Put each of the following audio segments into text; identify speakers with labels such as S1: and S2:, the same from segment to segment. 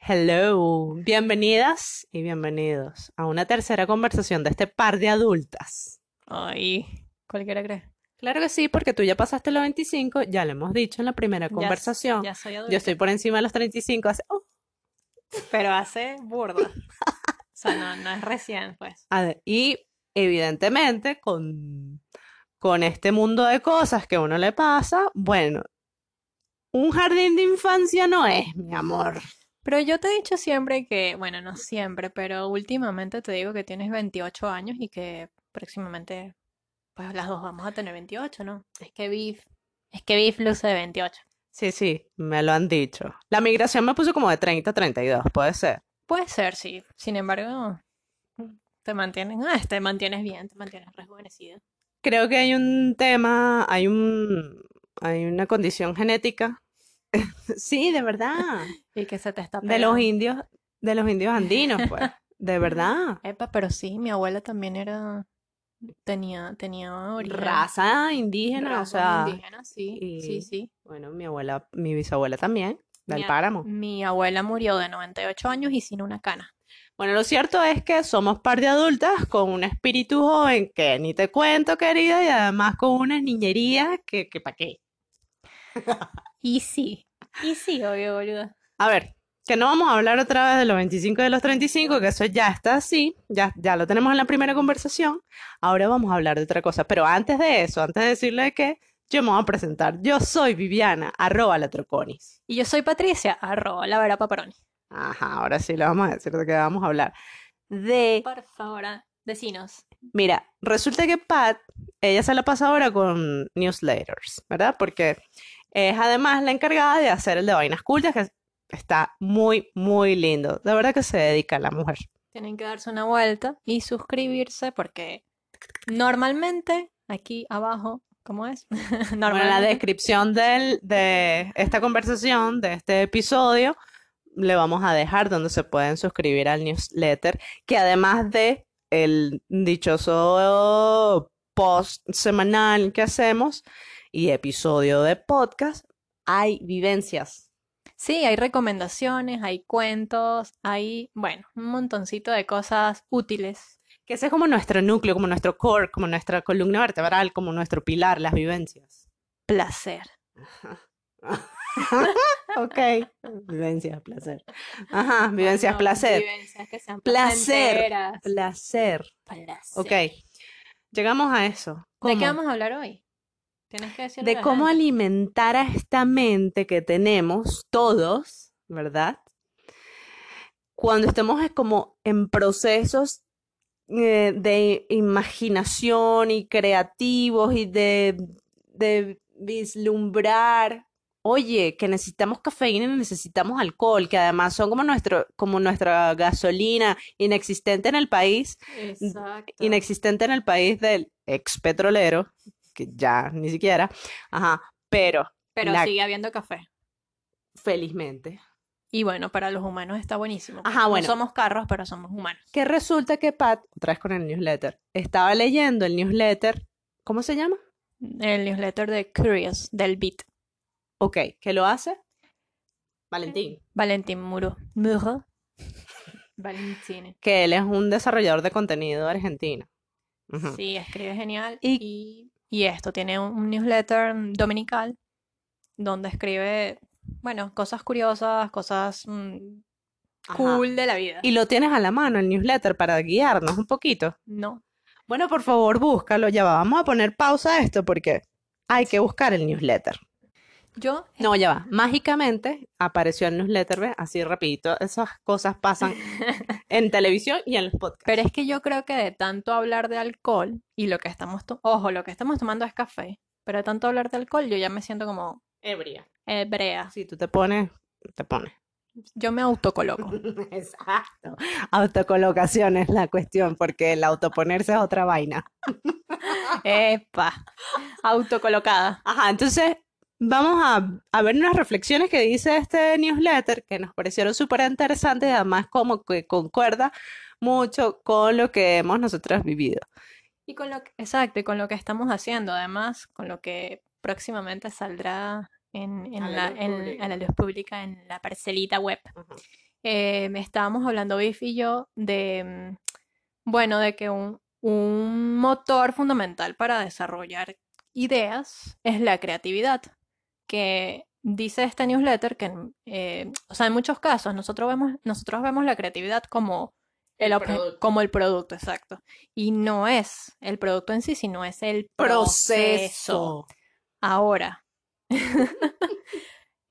S1: Hello, bienvenidas y bienvenidos a una tercera conversación de este par de adultas.
S2: Ay, cualquiera cree.
S1: Claro que sí, porque tú ya pasaste los 25, ya lo hemos dicho en la primera
S2: Ya-
S1: conversación.
S2: Ya soy adulta.
S1: Yo estoy por encima de los 35, hace- oh,
S2: Pero hace burda. O sea, no, no es recién, pues.
S1: a ver, y evidentemente con, con este mundo de cosas que a uno le pasa, bueno, un jardín de infancia no es, mi amor.
S2: Pero yo te he dicho siempre que, bueno, no siempre, pero últimamente te digo que tienes 28 años y que próximamente, pues las dos vamos a tener 28, ¿no? Es que Biff, es que Biff luce de 28.
S1: Sí, sí, me lo han dicho. La migración me puso como de 30 a 32, puede ser.
S2: Puede ser, sí. Sin embargo, te mantienen, ah, te mantienes bien, te mantienes rejuvenecida.
S1: Creo que hay un tema, hay un, hay una condición genética. Sí, de verdad.
S2: Y que se te está
S1: De los
S2: pegando.
S1: indios, de los indios andinos, pues. De verdad.
S2: Epa, pero sí, mi abuela también era, tenía, tenía origen,
S1: Raza indígena, o
S2: rasgos
S1: sea.
S2: indígenas, sí, sí,
S1: y-
S2: sí.
S1: Bueno, mi abuela, mi bisabuela también, del
S2: Mi a- Mm.
S1: páramo.
S2: Mi abuela murió de 98 años y sin una cana.
S1: Bueno, lo cierto es que somos par de adultas con un espíritu joven que ni te cuento, querida, y además con unas niñerías que, que pa' qué.
S2: Y sí, y sí, obvio, boluda.
S1: A ver, que no vamos a hablar otra vez de los 25 y de los 35, que eso ya está así, ya, ya lo tenemos en la primera conversación. Ahora vamos a hablar de otra cosa, pero antes de eso, antes de decirle que yo me voy a presentar, yo soy Viviana, arroba la Troconis.
S2: Y yo soy Patricia, arroba la vera paparoni.
S1: Ajá, ahora sí le vamos a decir de qué vamos a hablar. De,
S2: Por favor, ah, decinos.
S1: mira, resulta que Pat, ella se la pasa ahora con newsletters, ¿verdad? Porque es además la encargada de hacer el de vainas cultas, que está muy, muy lindo. De verdad que se dedica a la mujer.
S2: Tienen que darse una vuelta y suscribirse porque normalmente aquí abajo, ¿cómo es?
S1: Bueno, en la
S2: Normalmente.
S1: descripción del- de esta conversación, de este episodio, le vamos a dejar donde se pueden suscribir al newsletter, que además de el dichoso post semanal que hacemos y episodio de podcast, hay vivencias.
S2: Sí, hay recomendaciones, hay cuentos, hay, bueno, un montoncito de cosas útiles.
S1: Que ese es como nuestro núcleo, como nuestro core, como nuestra columna vertebral, como nuestro pilar, las vivencias.
S2: Placer.
S1: Ok. Vivencias, placer. Ajá, vivencias,
S2: Bueno,
S1: placer.
S2: Vivencias que sean
S1: Placer.
S2: placenteras.
S1: Placer.
S2: Placer.
S1: Ok, llegamos a eso.
S2: ¿De
S1: ¿Cómo?
S2: qué vamos a hablar hoy? Tienes que decirle a
S1: De
S2: la
S1: cómo
S2: gente.
S1: alimentar a esta mente que tenemos todos, ¿verdad? Cuando estemos eh, como en procesos eh, de imaginación y creativos y de, de vislumbrar. Oye, que necesitamos cafeína y necesitamos alcohol, que además son como, nuestro, como nuestra gasolina inexistente en el país,
S2: Exacto.
S1: inexistente en el país del ex petrolero, que ya ni siquiera, ajá, pero
S2: Pero
S1: la-
S2: sigue habiendo café.
S1: felizmente.
S2: Y bueno, para los humanos está buenísimo.
S1: Ajá,
S2: No
S1: bueno.
S2: somos carros, pero somos humanos.
S1: Que resulta que Pat, otra vez con el newsletter, estaba leyendo el newsletter, ¿cómo se llama?
S2: El newsletter de Curious, del Beat.
S1: Ok, ¿qué lo hace? Valentín.
S2: Valentín Muro. Muro. Valentín.
S1: Que él es un desarrollador de contenido argentino. Ujú.
S2: Sí, escribe genial.
S1: Y-
S2: Y, y esto tiene un, un newsletter dominical donde escribe, bueno, cosas curiosas, cosas mm,
S1: Ajá.
S2: cool de la vida.
S1: Y lo tienes a la mano, el newsletter, para guiarnos un poquito.
S2: No,
S1: Bueno, por favor, búscalo. Ya va. Vamos a poner pausa a esto porque hay que buscar el newsletter.
S2: yo
S1: No, ya va. Mágicamente apareció el newsletter, ¿ves? Así rapidito. Esas cosas pasan en televisión y en los podcasts.
S2: Pero es que yo creo que de tanto hablar de alcohol y lo que estamos, to- ojo, lo que estamos tomando es café, pero de tanto hablar de alcohol yo ya me siento como
S1: ebria.
S2: hebrea.
S1: Si tú te pones, te pones.
S2: Yo me autocoloco.
S1: Exacto. Autocolocación es la cuestión, porque el autoponerse es otra vaina.
S2: Epa, autocolocada.
S1: Ajá, entonces vamos a, a ver unas reflexiones que dice este newsletter que nos parecieron súper interesantes y además como que concuerda mucho con lo que hemos nosotros vivido.
S2: Y con lo que- exacto, y con lo que estamos haciendo, además, con lo que próximamente saldrá en, en
S1: A la
S2: la,
S1: luz
S2: en-
S1: pública.
S2: a la luz pública, en la parcelita web.
S1: Ajá.
S2: eh, me estábamos hablando Biff y yo de, mm, bueno, de que un, un motor fundamental para desarrollar ideas es la creatividad, que dice esta newsletter que, en- eh, o sea, en muchos casos nosotros vemos, nosotros vemos la creatividad como el, obje-
S1: producto.
S2: como el producto, exacto, y no es el producto en sí, sino es el
S1: Proceso.
S2: proceso. Ahora,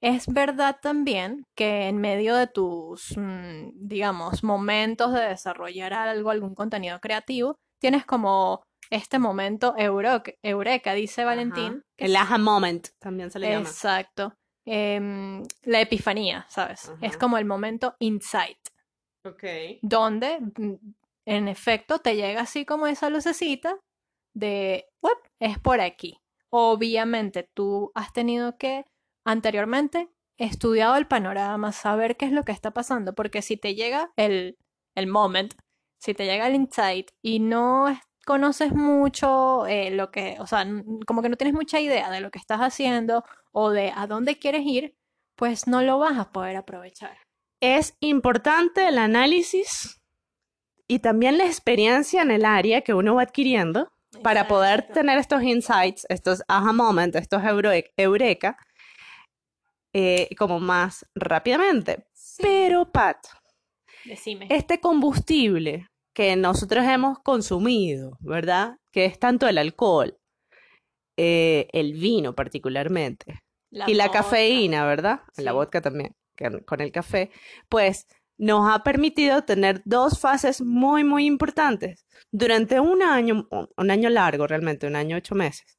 S2: es verdad también que en medio de tus, mm, digamos, momentos de desarrollar algo, algún contenido creativo, tienes como este momento euro- eureka, dice Valentín.
S1: Ajá.
S2: que
S1: El aha moment también se le llama.
S2: Exacto. Em, la epifanía, ¿sabes? Es
S1: Ajá.
S2: como el momento insight,
S1: Ok.
S2: donde mm, en efecto te llega así como esa lucecita de, "Uep, es por aquí. Obviamente tú has tenido que anteriormente estudiado el panorama, saber qué es lo que está pasando, porque si te llega el, el moment, si te llega el insight y no es- conoces mucho eh, lo que, o sea, n- como que no tienes mucha idea de lo que estás haciendo o de a dónde quieres ir, pues no lo vas a poder aprovechar.
S1: Es importante el análisis y también la experiencia en el área que uno va adquiriendo para poder
S2: Exacto.
S1: tener estos insights, estos aha moments, estos euro- eureka, eh, como más rápidamente. Pero, Pat,
S2: Decime.
S1: este combustible que nosotros hemos consumido, ¿verdad? Que es tanto el alcohol, eh, el vino particularmente, y la
S2: vodka.
S1: cafeína, ¿verdad? La
S2: Sí.
S1: vodka también, que- con el café, pues nos ha permitido tener dos fases muy, muy importantes. Durante un año, un- un año largo realmente, un año ocho meses,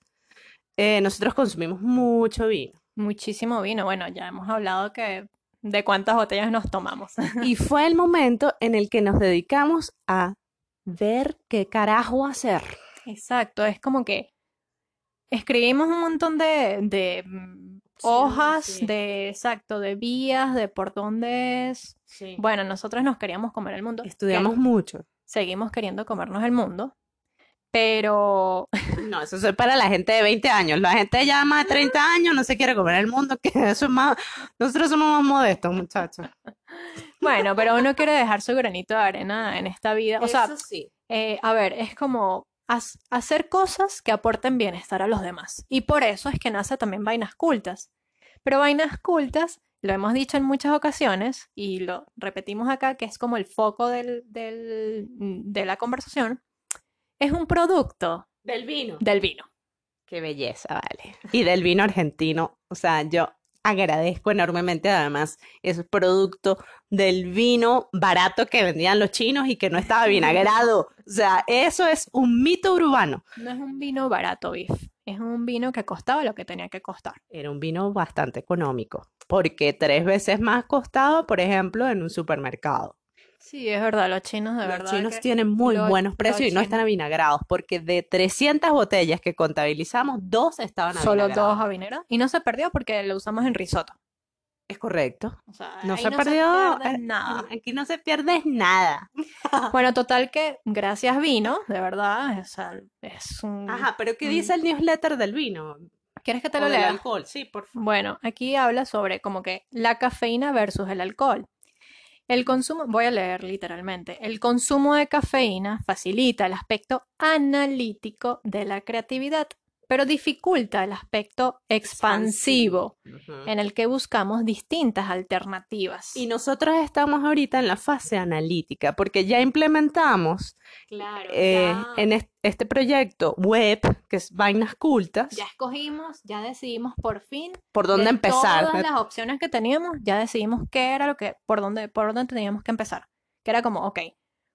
S1: eh, nosotros consumimos mucho vino.
S2: Muchísimo vino. Bueno, ya hemos hablado que de cuántas botellas nos tomamos.
S1: Y fue el momento en el que nos dedicamos a ver qué carajo hacer.
S2: Exacto, es como que escribimos un montón de, de, mm, hojas,
S1: sí.
S2: de exacto, de vías, de por dónde es. Bueno, nosotros nos queríamos comer el mundo. que
S1: Estudiamos mucho.
S2: Seguimos queriendo comernos el mundo. Pero
S1: No, eso es para la gente de 20 años. La gente ya más de 30 años no se quiere comer el mundo, que eso es más... Nosotros somos más modestos, muchachos.
S2: bueno, pero uno quiere dejar su granito de arena en esta vida. O sea,
S1: sí.
S2: eh, a ver, es como haz- hacer cosas que aporten bienestar a los demás. Y por eso es que nace también Vainas Cultas. Pero Vainas Cultas, lo hemos dicho en muchas ocasiones y lo repetimos acá, que es como el foco del- del- de la conversación, es un producto
S1: Del vino.
S2: del vino.
S1: Qué belleza, vale. Y del vino argentino. O sea, yo agradezco enormemente además esos productos del vino barato que vendían los chinos y que no estaba vinagrado. O sea, eso es un mito urbano.
S2: No es un vino barato, Biff. Es un vino que costaba lo que tenía que costar.
S1: Era un vino bastante económico, porque tres veces más costaba, por ejemplo, en un supermercado.
S2: Sí, es verdad, los chinos de verdad.
S1: Los chinos
S2: que-
S1: tienen muy
S2: los-
S1: buenos
S2: los
S1: precios y no están
S2: chinos-
S1: avinagrados, porque de 300 botellas que contabilizamos, dos estaban
S2: Solo
S1: avinagradas.
S2: dos habineros. Y no se perdió porque lo usamos en risotto.
S1: Es correcto.
S2: O sea,
S1: No
S2: ahí
S1: se perdió,
S2: pierde
S1: eh,
S2: nada.
S1: Aquí no se pierde nada.
S2: Bueno, total que gracias vino, de verdad, o sea, es un...
S1: Ajá, pero ¿qué
S2: Mm.
S1: dice el newsletter del vino?
S2: ¿Quieres que te
S1: O
S2: lo
S1: del
S2: lea?
S1: alcohol, sí, por favor.
S2: Bueno, aquí habla sobre como que la cafeína versus el alcohol. El consumo, voy a leer literalmente, el consumo de cafeína facilita el aspecto analítico de la creatividad, pero dificulta el aspecto expansivo, en el que buscamos distintas alternativas.
S1: Y nosotros estamos ahorita en la fase analítica, porque ya implementamos
S2: claro,
S1: eh, en est- este proyecto web, que es Vainas Cultas,
S2: ya escogimos, ya decidimos por fin
S1: por dónde
S2: de
S1: empezar.
S2: Todas las opciones que teníamos, ya decidimos qué era lo que, por dónde, por dónde teníamos que empezar. Que era como, ok,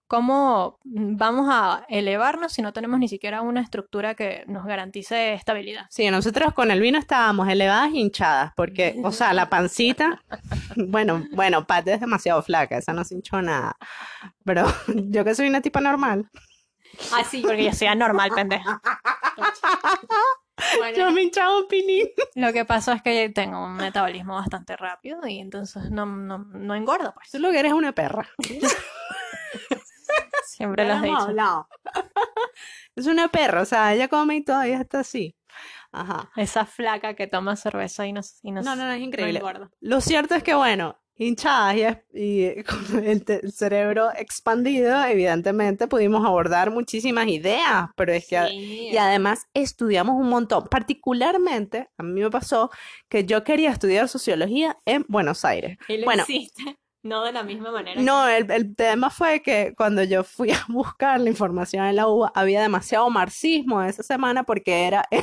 S2: ¿cómo mm, vamos a elevarnos si no tenemos ni siquiera una estructura que nos garantice estabilidad?
S1: Sí, nosotros con el vino estábamos elevadas y hinchadas, porque, o sea, la pancita, bueno, bueno, Pat es demasiado flaca, esa no se hinchó nada. Pero yo que soy una tipa normal,
S2: Ah, sí, porque yo soy anormal, pendeja. Bueno,
S1: yo me hinchaba un pinín.
S2: lo que pasa es que yo tengo un metabolismo bastante rápido y entonces no, no, no engordo, pues.
S1: Tú lo que eres una perra.
S2: Siempre lo has dicho.
S1: Es una perra, o sea, ella come y todavía está así. Ajá.
S2: Esa flaca que toma cerveza y nos, y nos-
S1: No, no, no, es
S2: no
S1: increíble.
S2: engorda.
S1: Lo cierto es que, bueno, hinchadas y, es- y, eh, con el, te- el cerebro expandido, evidentemente pudimos abordar muchísimas ideas, pero es que a-
S2: Sí.
S1: y además estudiamos un montón. Particularmente, a mí me pasó que yo quería estudiar sociología en Buenos Aires.
S2: Y lo
S1: bueno.
S2: hiciste, no de la misma manera.
S1: No, el, el tema fue que cuando yo fui a buscar la información en la UBA, había demasiado marxismo esa semana porque era,
S2: que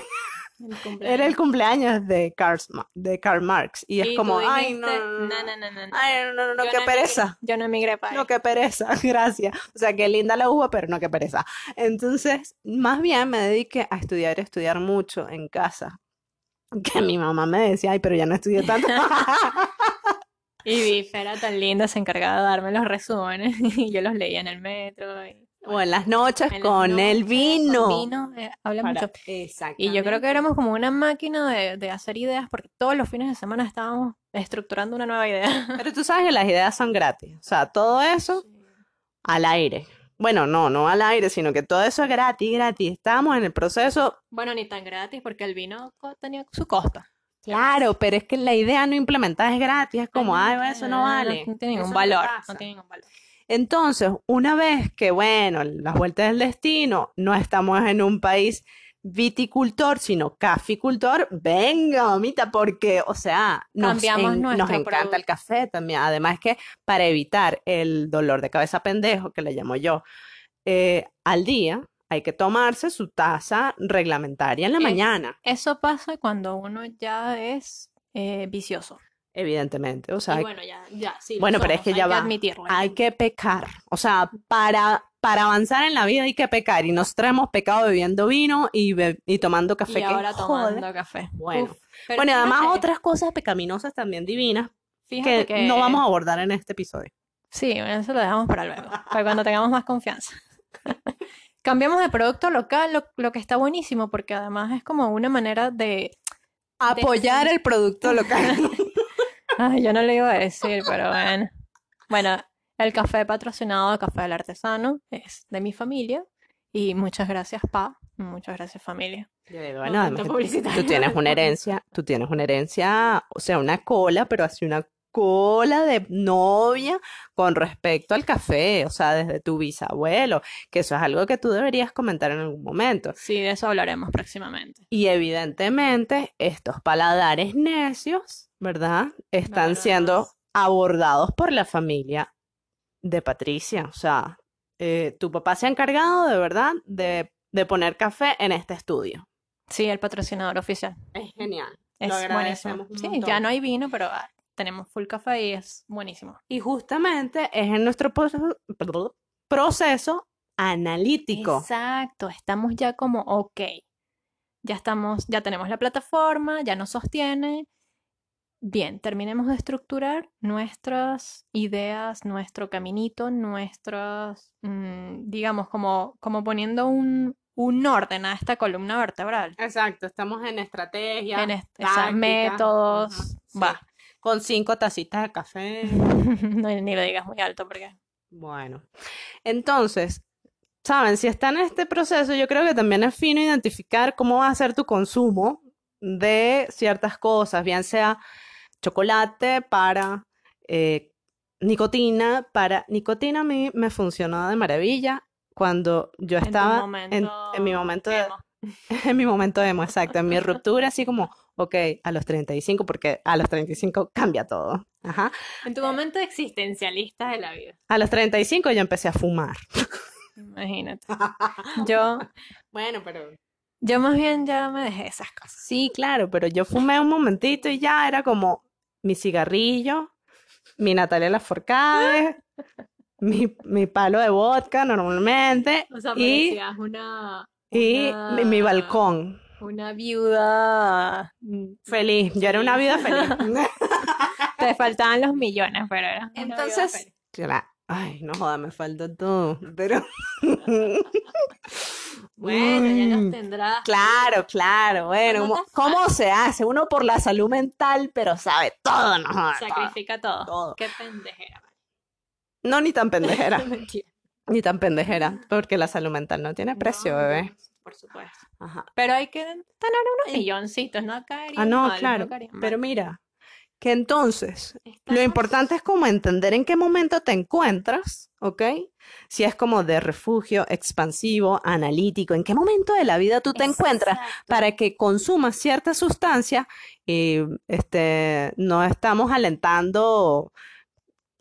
S2: el cumpleaños.
S1: era el cumpleaños de Karl, Ma- de Karl Marx. Y es
S2: tú
S1: como, ay, no,
S2: dijiste,
S1: no, no, no,
S2: no, no, no, no.
S1: ay, no, no, no,
S2: Yo
S1: qué
S2: no emigré-
S1: pereza.
S2: Yo no emigré para
S1: No, qué pereza, gracias. O sea, qué linda la uva, pero no, qué pereza. Entonces, más bien me dediqué a estudiar, estudiar mucho en casa. Que mi mamá me decía, ay, pero ya no estudié tanto.
S2: Y Biff era tan linda, se encargaba de darme los resúmenes y yo los leía en el metro. Y,
S1: o en las noches
S2: en las
S1: con el
S2: noches,
S1: vino.
S2: con vino, eh, habla
S1: Para-
S2: mucho.
S1: Exactamente.
S2: Y yo creo que éramos como una máquina de, de hacer ideas porque todos los fines de semana estábamos estructurando una nueva idea.
S1: Pero tú sabes que las ideas son gratis. O sea, todo eso al aire. Bueno, no, no al aire, sino que todo eso es gratis, gratis. Estamos en el proceso.
S2: Bueno, ni tan gratis porque el vino co- tenía su costo.
S1: Claro, pero es que la idea no implementada es gratis. Es como, ay, bueno, eso no vale.
S2: No tiene
S1: Eso
S2: ningún
S1: no
S2: valor.
S1: pasa.
S2: No tiene ningún valor.
S1: Entonces, una vez que, bueno, las vueltas del destino, no estamos en un país viticultor, sino caficultor, venga, mamita, porque, o sea, nos,
S2: Cambiamos
S1: nos
S2: nuestro
S1: encanta el
S2: producto.
S1: café también. Además que para evitar el dolor de cabeza pendejo, que le llamo yo, eh, al día hay que tomarse su taza reglamentaria en la
S2: Es-
S1: mañana,
S2: Eso pasa cuando uno ya es eh, vicioso.
S1: evidentemente. O sea,
S2: Y
S1: hay-
S2: bueno, ya, ya, sí. lo
S1: Bueno, pero es
S2: somos,
S1: que
S2: hay
S1: ya va.
S2: admitirlo.
S1: hay que pecar. O sea, para, para avanzar en la vida hay que pecar. Y nos traemos pecado bebiendo vino y, be- y tomando café.
S2: Y
S1: que
S2: ahora
S1: jode.
S2: tomando café.
S1: Bueno.
S2: Uf, pero
S1: Bueno, y además
S2: fíjate-
S1: otras cosas pecaminosas también divinas
S2: fíjate
S1: que no vamos a abordar en este episodio.
S2: Sí, bueno, eso lo dejamos para luego, para cuando tengamos más confianza. Cambiamos de producto local, lo, lo que está buenísimo, porque además es como una manera de...
S1: Apoyar el producto local.
S2: Ay, yo no lo iba a decir, pero bueno. Bueno, el café patrocinado, Café del Artesano, es de mi familia. Y muchas gracias, Pa. Muchas gracias, familia.
S1: Yo digo,
S2: Un
S1: bueno,
S2: momento
S1: además que
S2: publicitario.
S1: tú tienes una herencia, tú tienes una herencia, o sea, una cola, pero así una cola de novia con respecto al café, o sea, desde tu bisabuelo, que eso es algo que tú deberías comentar en algún momento.
S2: Sí, de eso hablaremos próximamente.
S1: Y evidentemente estos paladares necios, ¿verdad? Están
S2: Bárbaros.
S1: siendo abordados por la familia de Patricia. O sea, eh, tu papá se ha encargado de verdad de, de poner café en este estudio.
S2: Sí, el patrocinador oficial.
S1: Es genial. Lo
S2: Es buenísimo.
S1: agradecemos un
S2: Sí, ya
S1: montón.
S2: no hay vino, pero ah, tenemos full café y es buenísimo.
S1: Y justamente es en nuestro proceso, proceso analítico.
S2: Exacto, estamos ya como, ok, ya estamos, ya tenemos la plataforma, ya nos sostiene. Bien, terminemos de estructurar nuestras ideas, nuestro caminito, nuestros, mm, digamos, como, como poniendo un, un orden a esta columna vertebral.
S1: Exacto, estamos en estrategia,
S2: En est- esos
S1: táctica,
S2: métodos,
S1: ajá, sí.
S2: va.
S1: con cinco tacitas de café.
S2: No, ni lo digas muy alto porque...
S1: Bueno, entonces, saben, si están en este proceso, yo creo que también es fino identificar cómo va a ser tu consumo de ciertas cosas, bien sea chocolate para eh, nicotina, para nicotina a mí me funcionó de maravilla cuando yo
S2: En tu
S1: estaba en, en mi momento
S2: momento
S1: de,
S2: emo.
S1: en mi momento emo, exacto, en mi ruptura, así como, ok, a los 35, porque a los 35 cambia todo. Ajá.
S2: En tu momento existencialista de la vida.
S1: A los 35 yo empecé a fumar.
S2: Imagínate. Yo,
S1: Bueno, pero
S2: yo más bien ya me dejé esas cosas.
S1: Sí, claro, pero yo fumé un momentito y ya era como mi cigarrillo, mi Natalia Lafourcade, mi, mi palo de vodka normalmente
S2: O sea,
S1: y,
S2: parecías una,
S1: y mi, mi
S2: una-
S1: balcón.
S2: una viuda. mm,
S1: Feliz, yo era una vida feliz.
S2: Te faltaban los millones, pero era.
S1: Entonces, cla- ay, no joda, me falta todo, pero...
S2: Bueno, ya
S1: Mm.
S2: los tendrás.
S1: Claro, claro, bueno,
S2: No
S1: ¿cómo, cómo se hace? Uno por la salud mental, pero sabe todo, no joda, todo.
S2: Sacrifica todo.
S1: Todo.
S2: Qué pendejera.
S1: No, ni tan pendejera.
S2: Mentira.
S1: Ni tan pendejera, porque la salud mental no tiene precio,
S2: No,
S1: bebé.
S2: por supuesto.
S1: Ajá.
S2: Pero hay que tener unos milloncitos, no caería
S1: Ah, no,
S2: mal,
S1: claro,
S2: caería mal.
S1: Pero mira, que entonces lo
S2: Estamos-
S1: importante es como entender en qué momento te encuentras, ¿ok? Si es como de refugio, expansivo, analítico, en qué momento de la vida tú te encuentras
S2: Exacto.
S1: para que consumas cierta sustancia y este, no estamos alentando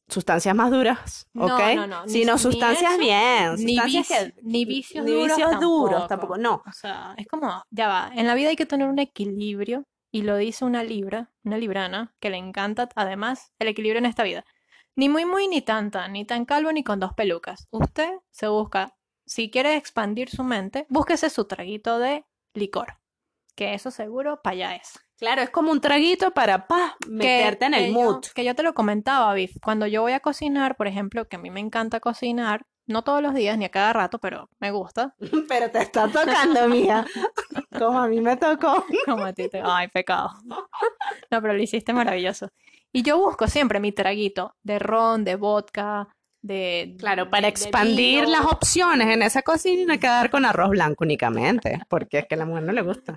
S1: sustancias más duras, ¿ok?
S2: No, no, no, ni-
S1: Sino
S2: ni
S1: sustancias
S2: eso,
S1: bien,
S2: Ni,
S1: sustancias
S2: vici-
S1: que-
S2: ni vicios
S1: ni
S2: duros
S1: vicios duros
S2: tampoco.
S1: tampoco, no.
S2: O sea, es como, ya va, en la vida hay que tener un equilibrio y lo dice una libra, una librana, que le encanta además el equilibrio en esta vida. Ni muy muy ni tanta, ni tan calvo ni con dos pelucas. Usted se busca, si quiere expandir su mente, búsquese su traguito de licor, que eso seguro para allá es.
S1: Claro, es como un traguito para pa, meterte en el
S2: que yo-
S1: mood.
S2: que yo te lo comentaba, Biff. Cuando yo voy a cocinar, por ejemplo, que a mí me encanta cocinar, no todos los días ni a cada rato, pero me gusta.
S1: Pero te está tocando, mía. Como a mí me tocó.
S2: Como a ti te- Ay, pecado. No, pero lo hiciste maravilloso. Y yo busco siempre mi traguito de ron, de vodka, de...
S1: Claro, para
S2: de
S1: expandir
S2: vino.
S1: las opciones en esa cocina y no quedar con arroz blanco únicamente, porque es que a la mujer no le gusta.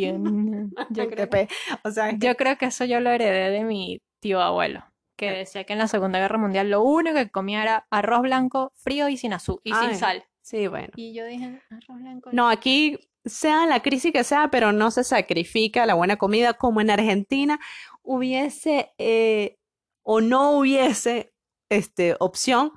S2: yo, no, yo
S1: Que
S2: creo que-
S1: pe- O sea, es que-
S2: yo creo que eso yo lo heredé de mi tío abuelo, que decía que en la Segunda Guerra Mundial lo único que comía era arroz blanco frío y sin azúcar y sin
S1: Ay.
S2: sal.
S1: sí, bueno.
S2: Y yo dije, arroz blanco.
S1: No, aquí sea la crisis que sea, pero no se sacrifica la buena comida como en Argentina hubiese eh, o no hubiese este, opción,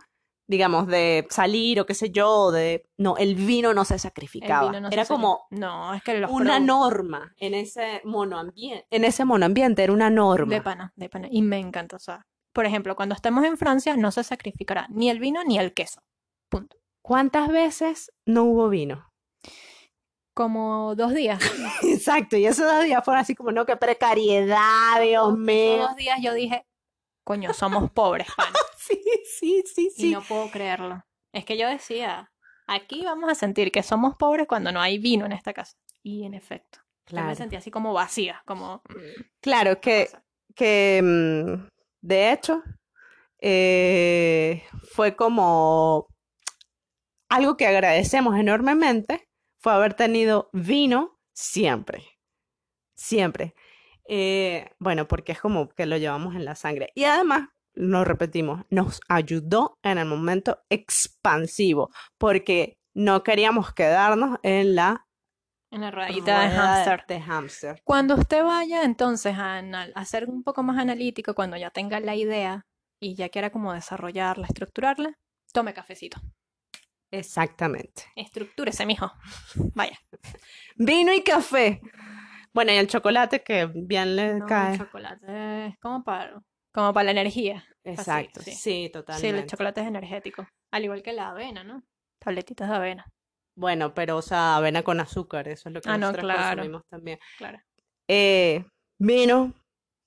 S1: digamos, de salir o qué sé yo, de... No, el vino no se
S2: el
S1: sacrificaba.
S2: vino no se
S1: Era
S2: sirve.
S1: como
S2: No, es que los
S1: una
S2: productos-
S1: norma en ese monoambiente. En ese monoambiente era una norma.
S2: De pana, de pana. Y me encanta. O sea, por ejemplo, cuando estemos en Francia, no se sacrificará ni el vino ni el queso. Punto.
S1: ¿Cuántas veces no hubo vino?
S2: Como dos días.
S1: Exacto, y esos dos días fueron así como, no, qué precariedad, Dios
S2: Esos
S1: mío.
S2: dos días yo dije, coño, somos pobres, pana.
S1: Sí, sí, sí,
S2: Y
S1: sí.
S2: no puedo creerlo. Es que yo decía, aquí vamos a sentir que somos pobres cuando no hay vino en esta casa. Y en efecto. Yo me
S1: claro.
S2: sentí así como vacía, como...
S1: Claro, que,
S2: cosa.
S1: que mm, de hecho eh, fue como algo que agradecemos enormemente fue haber tenido vino siempre, siempre. Eh, bueno, porque es como que lo llevamos en la sangre. Y además, lo repetimos, nos ayudó en el momento expansivo, porque no queríamos quedarnos en la
S2: En la ruedita de
S1: rueda
S2: hámster.
S1: de hámster.
S2: Cuando usted vaya entonces a, anal- a ser un poco más analítico, cuando ya tenga la idea y ya quiera como desarrollarla, estructurarla, tome cafecito.
S1: Exactamente.
S2: Estructúrese, mijo. Vaya.
S1: Vino y café. Bueno, y el chocolate que bien le
S2: No, el
S1: cae.
S2: chocolate es como para, como para la energía.
S1: Exacto,
S2: sí.
S1: sí,
S2: Sí, el
S1: totalmente.
S2: chocolate es energético. Al igual que la avena, ¿no? Tabletitas de avena.
S1: Bueno, pero o sea, avena con azúcar, eso es lo que
S2: Ah, no,
S1: nosotros
S2: claro.
S1: consumimos también.
S2: Claro.
S1: Eh, vino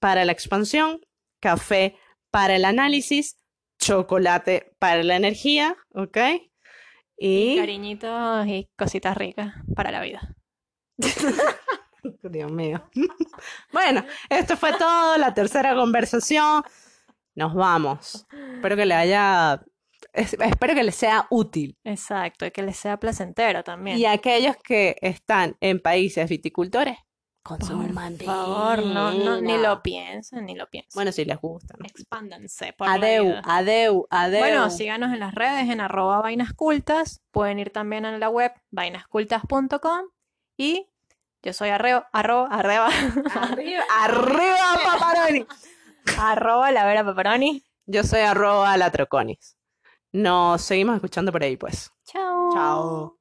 S1: para la expansión, café para el análisis, chocolate para la energía, ¿ok?
S2: Y
S1: Y,
S2: cariñitos y cositas ricas para la vida.
S1: Dios mío. Bueno, esto fue todo, la tercera conversación. Nos vamos. Espero que le haya, es- espero que le sea útil.
S2: Exacto, y que les sea placentero también.
S1: Y aquellos que están en países viticultores, consuman
S2: Por favor, no, no, ni
S1: vino.
S2: lo piensen, ni lo piensen.
S1: Bueno, si les gusta. ¿no?
S2: expándanse por la
S1: Adeu,
S2: vida.
S1: adeu, adeu.
S2: Bueno, síganos en las redes en arroba vainascultas. Pueden ir también en la web vainascultas.com y yo soy arreo, arroba, arreba,
S1: Arriba, arriba, paparoni.
S2: arroba la vera pepperoni.
S1: Yo soy arroba latroconis. Nos seguimos escuchando por ahí, pues.
S2: Chao.
S1: Chao.